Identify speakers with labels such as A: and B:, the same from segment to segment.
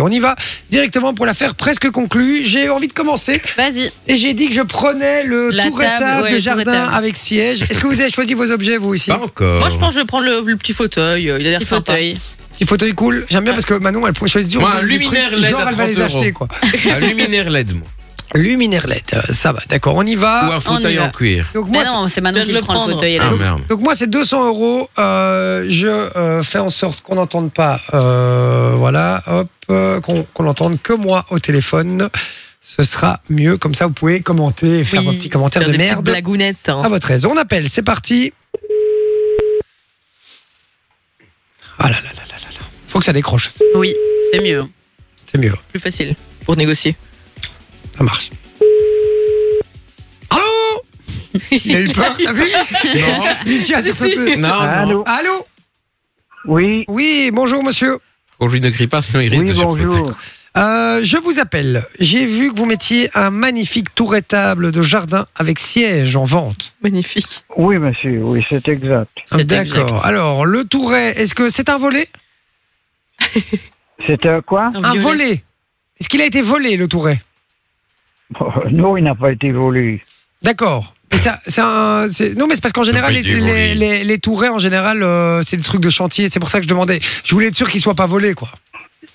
A: On y va directement pour l'affaire presque conclue. J'ai envie de commencer
B: Vas-y.
A: et j'ai dit que je prenais le
B: La
A: tour
B: table,
A: étable
B: ouais,
A: de
B: le tour
A: jardin
B: étable.
A: avec siège. Est-ce que vous avez choisi vos objets vous ici
C: Pas encore.
D: Moi, je pense que je vais prendre le, le petit fauteuil. euh, Il a l'air
B: Petit
D: sympa.
B: fauteuil.
A: Petit fauteuil cool. J'aime bien parce que Manon elle choisit toujours
C: Moi, un
A: des- des
C: Bah, luminaire
A: trucs,
C: LED
A: genre
C: à
A: elle va les
C: 30 euros.
A: acheter quoi.
C: Un luminaire LED, moi.
A: Luminaire LED, euh, ça va, d'accord, on y
C: Ou
A: va.
C: un
B: Ah, on y
C: fauteuil
B: va.
C: en cuir.
A: Donc moi,
B: Mais non, c'est
D: je
B: Manon
D: viens
B: qui
D: de
B: le
D: le
B: prend le
D: prendre.
B: fauteuil. elle.
C: Ah merde.
A: Donc moi, c'est 200 euros. Euh, Je euh, fais en sorte qu'on n'entende pas, euh, voilà, hop, euh, qu'on qu'on n'entende que moi au téléphone. Ce sera mieux. Comme ça, vous pouvez commenter et faire
D: Oui,
A: un petit commentaire
D: faire
A: de
D: des petites
A: merde.
D: blagounettes. hein.
A: À votre aise. On appelle. C'est parti. Ah là là là là là là. Faut que ça décroche.
B: Oui, c'est mieux.
A: C'est mieux.
D: Plus facile pour négocier.
A: Ça marche. Allô Il a eu peur, t'as vu
C: Non,
A: Mitya,
D: Si,
A: sur sa
D: si.
A: tête.
C: non, non.
E: Allô
A: Allô
E: Oui,
A: Oui, bonjour monsieur.
C: Conduis ne crie pas, sinon il risque
E: oui
C: de surprise.
E: bonjour.
A: Euh, je vous appelle. J'ai vu que vous mettiez un magnifique tour étable de jardin avec siège en vente. Ah,
D: Magnifique.
E: Oui, monsieur, oui, c'est exact.
D: C'est exact.
A: D'accord. Alors, le touret, est-ce que c'est un volet
E: C'est un quoi
A: Un
D: violet.
A: volet. Est-ce qu'il a été volé, le touret
E: Oh, Non, il n'a pas été volé.
A: D'accord. Et ça, c'est un- c'est- Non, mais c'est parce qu'en général, les,
C: pas
A: les,
C: été volé.
A: les- les tourets, en général, euh, c'est des trucs de chantier. C'est pour ça que je demandais. Je voulais être sûr qu'il soit pas volé, quoi.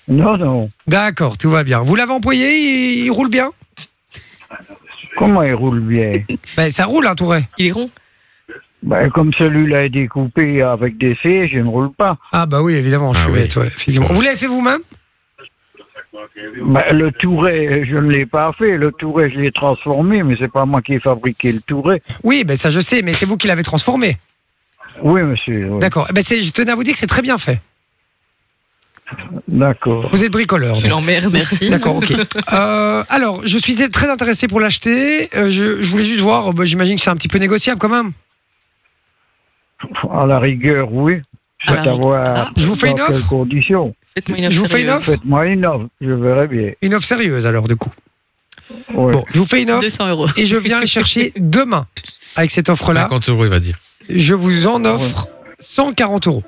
E: Non, non.
A: D'accord, tout va bien. Vous l'avez employé il, il roule bien
E: Comment il roule bien
A: ben, Ça roule, un touret.
D: Il est rond.
E: ben, Comme celui-là est découpé avec des sièges, il ne roule pas.
A: Ah, bah oui, évidemment, je
C: Ah
A: suis
C: oui.
A: bête, ouais, effectivement. Vous l'avez fait vous-même
E: Ben, le touret, je ne l'ai pas fait. Le touret, je l'ai transformé, mais c'est pas moi qui ai fabriqué le touret.
A: Oui, ben ça je sais, mais c'est vous qui l'avez transformé.
E: Oui, monsieur. oui.
A: D'accord. Eh Ben c'est- je tenais à vous dire que c'est très bien fait.
E: D'accord.
A: Vous êtes bricoleur.
D: Je
A: donc.
D: l'emmerde, merci.
A: D'accord, ok. Euh, alors, je suis très intéressé pour l'acheter. Euh, je, je voulais juste voir, euh, bah, j'imagine que c'est un petit peu négociable quand même.
E: À la rigueur, oui.
D: Ah,
E: C'est à voir.
D: ah.
A: Je vous fais
E: dans
A: une
E: quelles
A: offre
E: conditions
D: Faites-moi une offre.
A: Je vous fais une
D: sérieuse.
A: offre
E: Faites-moi une offre, je verrai bien.
A: Une offre sérieuse alors, du coup.
E: Oui.
A: Bon, je vous fais une offre
D: 200 euros.
A: et je viens le chercher demain. Avec cette offre-là,
C: 50 euros, il va dire.
A: je vous en offre 140 euros.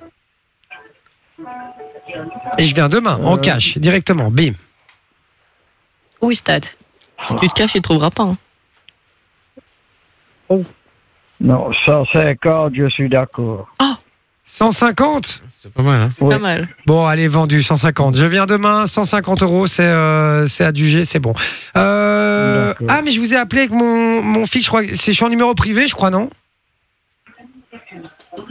A: Et je viens demain, en
E: Euh.
A: cash, directement, bim.
B: Oui, stade.
D: Si tu te caches, il ne trouvera pas. hein.
E: Non, 150, je suis d'accord.
A: 150
C: C'est pas mal, hein
D: C'est
E: Oui.
D: pas mal.
A: Bon, allez, vendu 150. Je viens demain, 150 euros, c'est euh, c'est adjugé, c'est bon. Euh,
E: D'accord.
A: ah, mais je vous ai appelé avec mon, mon fixe, je crois. que c'est- Je suis en numéro privé, je crois, non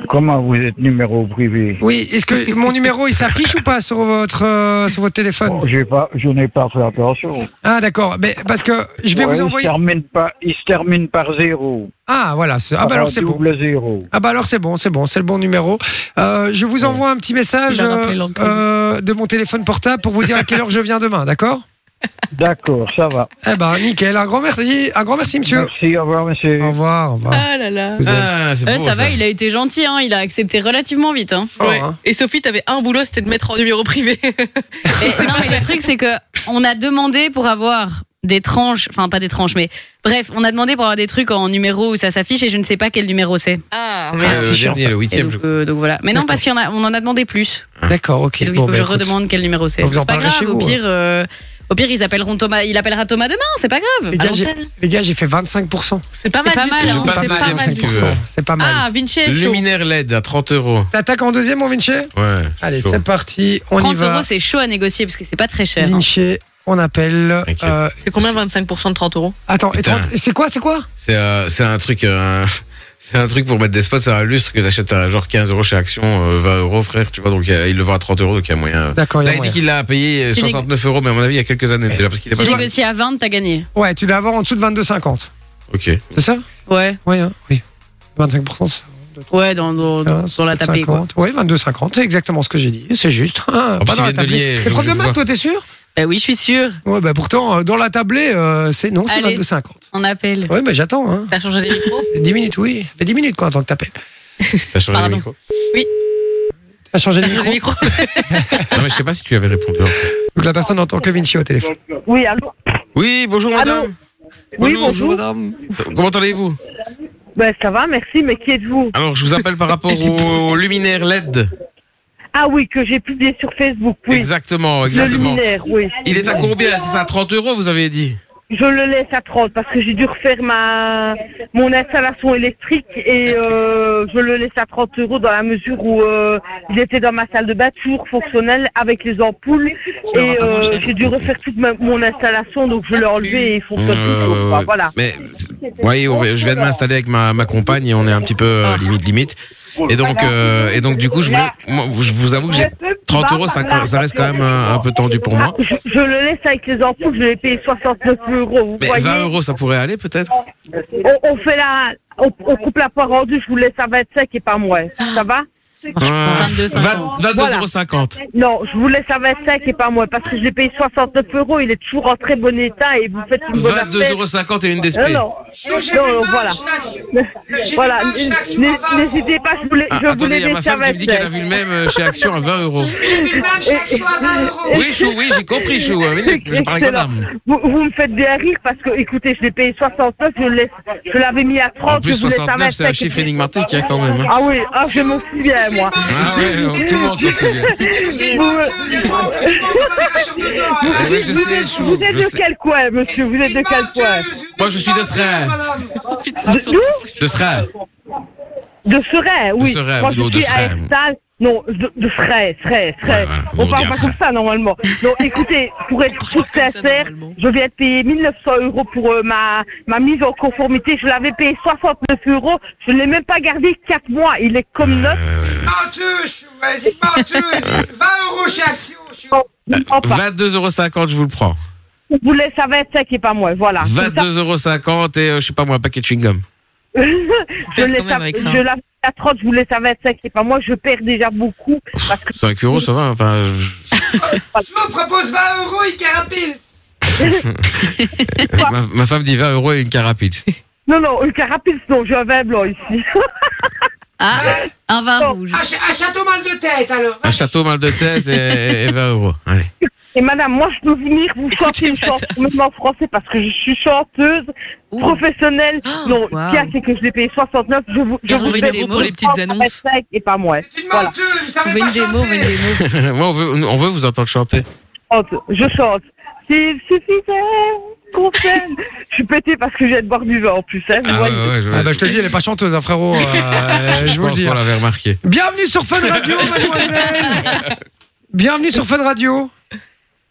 E: Comment vous êtes numéro privé
A: Oui, est-ce que mon numéro, il s'affiche ou pas sur votre, euh, sur votre téléphone
E: Bon, j'ai pas, je n'ai pas fait attention.
A: Ah, d'accord, mais parce que je vais
E: Ouais,
A: vous
E: Il
A: envoyer...
E: se termine par, il se termine par zéro.
A: Ah, voilà, c'est- ah,
E: Par
A: bah
E: un
A: alors c'est bon.
E: Double zéro.
A: Ah bah alors c'est bon, c'est bon, c'est le bon numéro. Euh, je vous envoie un petit message
D: Il a rappelé
A: euh,
D: l'entrée.
A: euh, de mon téléphone portable pour vous dire à quelle heure je viens demain, d'accord
E: D'accord, ça va.
A: Eh ben nickel, un grand merci, un grand merci monsieur.
E: Merci, au revoir, monsieur.
A: Au revoir, au revoir.
D: Ah là là.
A: Vous êtes
C: Ah, c'est
B: Euh,
C: beau,
B: ça va, il a été gentil, hein, il a accepté relativement vite. Hein.
A: fort,
D: Ouais.
A: hein.
D: Oh, Et Sophie, t'avais un boulot, c'était de mettre en numéro privé.
B: Et- non, mais le truc, c'est que on a demandé pour avoir des tranches, enfin pas des tranches, mais bref, on a demandé pour avoir des trucs en numéro où ça s'affiche et je ne sais pas quel numéro c'est.
D: Ah,
C: Euh,
D: merde.
A: c'est
C: le
A: chiant,
C: dernier,
A: ça.
C: le
B: Et
C: huitième, je
B: Donc, euh, donc voilà. Mais non,
A: D'accord.
B: parce qu'on a- on en a demandé plus.
A: D'accord, ok.
B: Et donc il
A: Bon,
B: faut
A: bah,
B: que je
A: écoute.
B: redemande quel numéro c'est.
A: Vous en
B: C'est pas
A: parlerez
B: grave,
A: chez
B: au
A: vous, hein.
B: pire. euh, Au pire, ils appelleront Thomas, il appellera Thomas demain, c'est pas grave.
A: Les gars,
D: À
A: Eh j'ai-
D: l'antenne.
A: les gars, j'ai fait 25%.
D: C'est pas
B: C'est
D: mal.
B: pas
D: du
B: mal,
D: tout.
B: hein.
C: C'est
D: C'est
C: pas
D: pas
C: mal
D: mal.
C: du tout.
A: 25%, C'est pas mal.
D: Ah,
C: Le
D: Vincenzo.
C: luminaire LED à 30 euros.
A: T'attaques en deuxième, mon Vinci
C: Ouais.
A: Allez,
C: chaud.
A: c'est parti, on y
B: 30
A: va.
B: euros, c'est chaud à négocier parce que c'est pas très cher. hein.
A: Vinci, on appelle.
C: T'inquiète.
A: euh,
D: C'est combien 25% de 30 euros
A: attends, et
C: Putain.
A: 30 et c'est quoi, c'est quoi
C: C'est euh, c'est un truc. euh, C'est un truc pour mettre des spots, c'est un lustre que t'achètes à genre 15 euros chez Action, euh, 20 euros frère, tu vois, donc euh, il le vend à 30 euros, donc il y a moyen. euh.
A: D'accord, il y a
C: Là, il dit
A: moyen.
C: qu'il l'a payé
B: Tu
C: 69 euros, mais à mon avis, il y a quelques années déjà, parce qu'il est
B: Tu
C: pas cher.
B: négocies à 20, t'as gagné.
A: Ouais, tu dois avoir en dessous de 22,50.
C: Ok.
A: C'est ça
B: Ouais,
A: Oui, hein, oui. 25%. c'est
B: ouais, dans, dans,
A: Ah,
B: dans- dans la tapée, quoi.
A: Oui, 22,50, c'est exactement ce que j'ai dit. C'est juste. Hein,
C: parce
A: pas dans
C: qu'il
A: la
C: vient de Liège,
A: tablée. T'es
C: donc
A: prof
C: je
A: de
C: peux
A: maths,
C: voir.
A: toi, t'es sûr
B: Bah oui, je suis sûre.
A: Ouais, bah pourtant, euh, dans la tablée, euh, c'est non, c'est
B: Allez.
A: 22,50.
B: On appelle.
A: Oui, mais j'attends. Hein.
D: T'as changé des micros
A: 10 minutes, oui. Ça fait 10 minutes, quoi, en tant que t'appelles.
C: T'as changé
B: Pardon.
C: le micro
A: T'as changé de
D: T'as changé
A: micro
D: des micros
C: Non, mais je sais pas si tu avais répondu.
A: Donc la personne entend que Vinci au téléphone.
F: Oui, allô
C: Oui, bonjour madame.
F: Oui, bonjour.
A: madame.
C: Comment allez-vous
F: Ben, ça va, merci, mais qui êtes-vous
C: E Alors, je vous appelle par rapport au luminaire LED.
F: Ah oui, que j'ai publié sur Facebook, oui.
C: Exactement,
F: Le
C: exactement.
F: luminaire, oui.
C: Il est à combien C'est ça, 30 euros, vous avez dit
F: Je le laisse à 30 parce que j'ai dû refaire ma mon installation électrique et euh, je le laisse à 30 euros dans la mesure où euh, il était dans ma salle de bain toujours fonctionnel avec les ampoules
D: Tu l'auras
F: et
D: pas moins
F: euh,
D: cher.
F: j'ai dû refaire toute ma- mon installation donc je l'ai enlevé et il fonctionne
C: Ouais, ouais,
F: toujours.
C: Euh, ouais,
F: quoi,
C: ouais.
F: Voilà.
C: Mais vous voyez, on- je viens de m'installer avec ma, ma compagne et on est un petit peu
F: Ah.
C: euh, limite limite. Et donc euh, et donc du coup, je vous, moi, je vous avoue que j'ai 30 euros, ça, ça reste quand même euh, un, un peu tendu pour moi.
F: Je, je le laisse avec les ampoules, je l'ai payé 69 euros. Vous
C: Mais
F: voyez,
C: 20 euros, ça pourrait aller peut-être.
F: on, on fait la, on, on coupe la poire en deux, je vous laisse à 25 et pas moins. Ça va
C: Ouais.
B: 22,50.
C: 22,50
F: Voilà.
C: euros. cinquante.
F: Non, je vous laisse à 25 et pas moins, parce que je l'ai payé 69 euros, il est toujours en très bon état et vous faites une bonne
C: 22,50
F: affaire.
C: euros cinquante et une DSP.
F: Non, non, non, voilà. Voilà, n- n'hésitez pas, je vous, la-
C: Ah,
F: je vous
C: attendez,
F: les
C: il y a ma
F: laisse à
C: femme qui me dit
F: 25.
C: qu'elle a vu le même euh, chez Action à 20 euros. Oui, Chou, oui, j'ai compris, Chou. hein, mais Je parle avec madame.
F: Vous, vous me faites bien rire parce que, écoutez, je l'ai payé 69, je, le laisse, je l'avais mis à 30,
C: En plus,
F: je vous laisse à
C: 69,
F: 25.
C: c'est un chiffre énigmatique hein, quand même. hein.
F: Ah oui, ah, je m'en souviens, moi.
C: Ah ouais, tout le monde s'en souvient. Eh oui, je sais, Chou,
F: Vous êtes
C: je
F: de
C: sais.
F: quel coin, monsieur Vous êtes de quel coin
C: Moi, je suis d'Israël.
D: Putain, ils sont-
F: D'où
C: Je serai.
F: De Seray, oui.
C: Seray,
F: Moi,
C: oui,
F: je
C: non, de
F: suis à
C: Seray.
F: Herstal. Non, de, de Seray, Seray, Seray.
C: Ouais, voilà, on
F: On
C: dit à
F: parle pas
C: Seray.
F: comme ça, normalement. Non, écoutez, pour être
D: parle
F: tout
D: comme ça,
F: sincère,
D: normalement.
F: je viens de payer 1900 euros pour euh, ma, ma mise en conformité. Je l'avais payé 69 euros. Je ne l'ai même pas gardé 4 mois. Il est
C: Euh,
F: comme neuf.
C: euh,
F: Je ne prends pas.
C: 22,50 euros, je vous le prends.
F: On vous laisse à 25 et pas moi. Voilà.
C: Ah,
F: Comme ça,
C: 22,50 euros et euh, je sais pas moi, un paquet de chewing-gum.
F: je
D: Faire quand
F: laisse
D: même
F: à,
D: avec ça.
F: je la à 30, je vous laisse à 25 et pas moi. Je perds déjà beaucoup parce que
C: 5 euros, ça va. Enfin, je- ma, ma femme dit 20 euros et une carapite.
F: Non, non, le carapils, non, j'ai un vin blanc ici.
B: Ah, un vin
A: Oh.
B: rouge.
A: Ah,
C: Un château mal de tête et, et 20 euros. Allez.
F: Et madame, moi, je peux venir vous chanter
D: Écoutez,
F: une chanson,
D: madame.
F: même en français, parce que je suis chanteuse,
B: Ouh.
F: professionnelle.
D: Ah,
F: non,
B: wow.
F: le pire, c'est que je l'ai payé 69, je vous, je
D: Car on
F: vous
D: veut une
F: fais
D: démo,
F: vous-
D: les petites
F: vous-
D: annonces.
F: 25 et pas moins. Voilà,
B: On veut une démo, on veut une démo.
C: Moi, on veut, on veut vous entendre chanter.
F: chante, je chante. S'il suffisait qu'on s'aime. je suis pétée parce que j'ai de boire du vin, en plus, hein, vous
C: Ah ouais,
F: voyez.
C: ouais, je,
A: Ah bah, je te dis, elle est pas chanteuse, hein, frérot. euh, je vous le
C: pense
A: dis.
C: qu'on l'avait remarqué.
A: Bienvenue sur Fun Radio, mademoiselle. Bienvenue sur Fun Radio.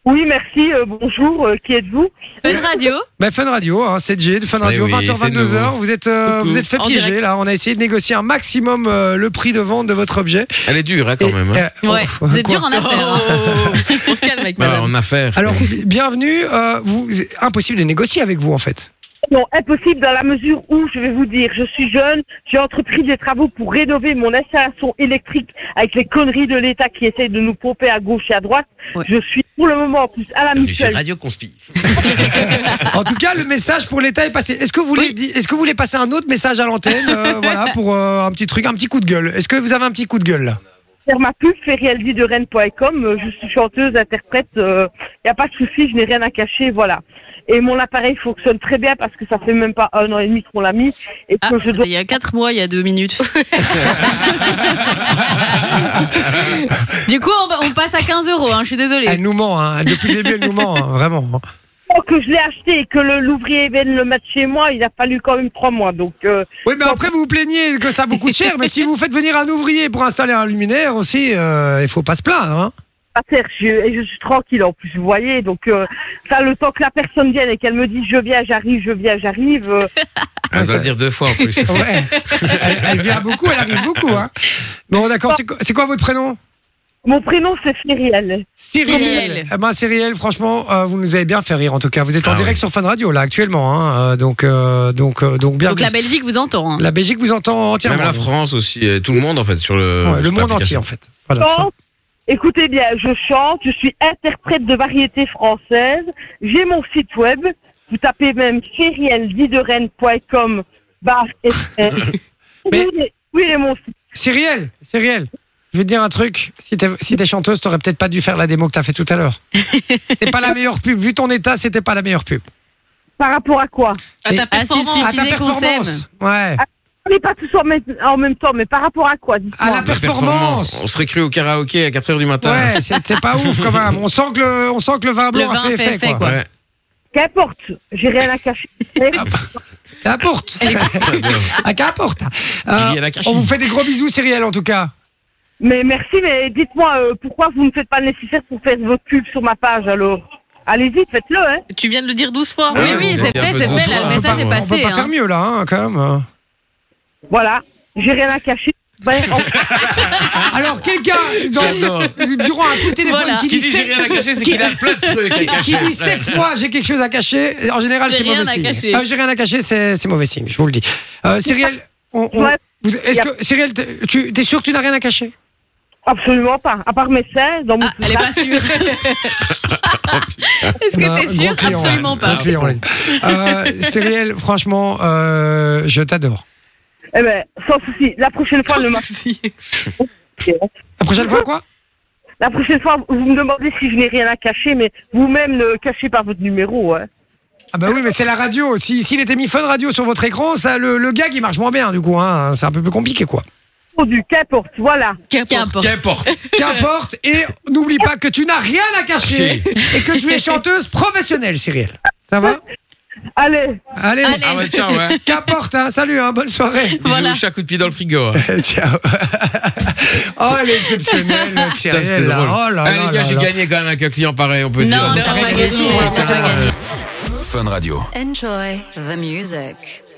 F: Oui, merci, euh, bonjour, euh, qui êtes-vous?
B: Fun radio.
A: Bah, Fun Radio, hein, c'est Jay de Fun Radio,
C: oui,
A: 20h,
C: c'est nouveau.
A: 22h. Vous êtes, euh,
C: Coucou.
A: vous êtes fait
D: En
A: piéger,
D: direct.
A: là. On a essayé de négocier un maximum euh, le prix de vente de votre objet.
C: Elle est dure, hein, quand
A: Et,
C: même. hein.
A: euh,
B: Ouais,
A: oh,
B: vous êtes
A: quoi.
B: dur en
D: Oh,
B: affaires. hein.
D: on se calme avec
C: Bah,
D: madame.
C: en affaires.
A: Alors, bi- bienvenue. euh, vous, c'est impossible de négocier avec vous, en fait.
F: Non, impossible dans la mesure où, je vais vous dire, je suis jeune, j'ai entrepris des travaux pour rénover mon installation électrique avec les conneries de l'État qui essayent de nous pomper à gauche et à droite.
B: Ouais.
F: Je suis pour le moment en plus à la mutuelle.
C: Radio Conspi.
A: En tout cas, le message pour l'État est passé. Est-ce que vous voulez, di- est-ce que vous voulez passer un autre message à l'antenne, euh, voilà, pour euh, un petit truc, un petit coup de gueule. Est-ce que vous avez un petit coup de gueule là
F: Faire ma pub, ferrieldi-de-rennes.com, euh, je suis chanteuse, interprète, il n'y a pas de souci, je n'ai rien à cacher, voilà. Et mon appareil fonctionne très bien parce que ça fait même pas un an et demi qu'on l'a mis et que
B: Ah,
F: je
B: c'était
F: dois...
B: il y a 4 mois, il y a 2 minutes. du coup, on, on passe à 15 euros, hein, je suis désolée.
A: Elle nous ment. Hein. Depuis le début, elle nous ment, hein, vraiment.
F: que je l'ai acheté et que le- l'ouvrier vienne le mettre chez moi, il a fallu quand même trois mois, donc... euh,
A: Oui, mais après, vous vous plaignez que ça vous coûte cher, mais si vous faites venir un ouvrier pour installer un luminaire aussi, euh, il faut pas se plaindre. Hein.
F: pas faire, je, et je suis tranquille en plus, vous voyez. Donc euh, ça, le temps que la personne vienne et qu'elle me dise je viens, j'arrive, je viens, j'arrive, euh,
C: Elle va
A: ça-
C: dire Ah, deux fois en plus.
A: Ouais. elle, elle vient beaucoup, elle arrive beaucoup. Hein. Bon, d'accord. C'est quoi- c'est quoi votre prénom
F: mon prénom c'est Cyrielle.
B: Cyrielle.
A: Eh ben, Cyrielle, franchement, euh, vous nous avez bien fait rire en tout cas. Vous êtes en
C: Ah
A: direct sur Fun Radio là actuellement, hein, euh, donc euh, donc euh, donc bien.
B: Donc la Belgique vous entend. hein.
A: La Belgique vous entend
C: Même
A: entièrement.
C: la France euh, aussi, euh, tout le monde en fait sur le.
A: Ouais, le
C: sur
A: monde entier
C: l'application.
A: en fait. Voilà, ça.
F: Chante. Écoutez bien, je chante, je suis interprète de variété française. J'ai mon site web. Vous tapez même cyrielliderennes.com barre SR.
A: Mais-
F: Oui, Oui, il est mon site.
A: Cyrielle, Cyrielle, je vais te dire un truc. Si t'es si t'es chanteuse, t'aurais peut-être pas dû faire la démo que t'as fait tout à l'heure. C'était pas la meilleure pub. Vu ton état, c'était pas la meilleure pub.
F: Par rapport à quoi
D: À ta
A: Et-
B: Ah, s'il
D: performance.
B: suffisait qu'on s'aime.
A: Ouais.
F: on n'est pas tous en même, en même temps, mais par rapport à quoi dites-moi.
A: À la performance.
C: On serait cru au karaoké à 4h du matin.
A: Ouais, c'est c'est pas ouf quand même. On sent que le, on sent que le vin blanc
B: vin
A: a fait effet, quoi.
C: Ouais.
F: Qu'importe, j'ai rien à cacher. Mais
A: Qu'importe. ah, qu'importe. Euh,
C: Il y a la cachine.
A: on vous fait des gros bisous, Cyrielle, en tout cas.
F: mais merci, mais dites-moi euh, pourquoi vous ne faites pas le nécessaire pour faire votre pub sur ma page alors Allez-y, faites-le. Hein.
D: Tu viens de le dire 12 fois.
A: Ah
B: Oui,
C: Ouais,
B: oui,
C: vous
B: c'est
C: étiez un
B: fait,
C: peu
B: c'est
C: trop
B: fait.
C: fort,
B: Là,
C: hein.
B: le message
C: Pardon,
B: est
C: on
A: On peut
B: passé.
A: pas faire
B: hein.
A: mieux, là, hein, quand même.
F: Voilà, j'ai rien à cacher. Ben, en-
A: Ah, Alors, quelqu'un,
C: J'adore.
A: dans- durant un coup de téléphone,
B: Voilà.
A: qui
C: Qui
A: dit
C: dit j'ai
A: sept-
C: rien à cacher, c'est qu'il a plein de trucs à
A: qui
C: cacher.
A: dit sept fois j'ai quelque chose à cacher, en général
B: J'ai
A: c'est
B: rien
A: mauvais
B: à
A: signe.
B: cacher.
A: Ah, j'ai rien à cacher, c'est c'est mauvais signe, je vous le dis. Euh, Cyrielle, on- on-
F: Ouais.
A: vous- est-ce que Cyrielle, t'es- tu es sûr que tu n'as rien à cacher
F: absolument pas. À part mes seins, dans mon
B: Ah, elle est
F: foulard.
B: pas sûre. Est-ce
A: Euh,
B: que t'es sûre Absolument pas.
A: Cyrielle, Euh, franchement, euh, je t'adore.
F: Eh ben, sans souci. La prochaine fois, le
D: Sans
F: matin,
D: souci.
A: La prochaine fois quoi
F: la prochaine fois, vous me demandez si je n'ai rien à cacher, mais vous-même ne cachez pas votre numéro. Hein.
A: Ah bah oui, mais c'est la radio. Si s'il était mis Fun Radio sur votre écran, ça le, le gag il marche moins bien du coup. Hein. C'est un peu plus compliqué quoi.
F: Oh, du qu'importe, voilà.
B: Qu'importe.
C: Qu'importe.
A: Qu'importe et n'oublie pas que tu n'as rien à cacher et que tu es chanteuse professionnelle, Cyrielle. Ça va
F: Allez,
A: Allez.
B: Allez.
C: Ah ouais, tiens, ouais.
A: Qu'importe, hein. salut, hein. bonne soirée.
B: Voilà.
C: Voilà. Bisous, chat, coup de pied dans le frigo. hein.
A: Ciao. oh, elle est exceptionnelle, notre
C: Putain,
A: Cyrielle.
C: c'était
A: là.
C: drôle.
A: Oh là là
C: Ah, les gars,
A: là
C: j'ai
A: là.
C: gagné quand même avec un client pareil, on peut
B: Non,
C: dire.
B: non, on va gagner, on va gagner.
G: Fun Radio.
H: Enjoy the music.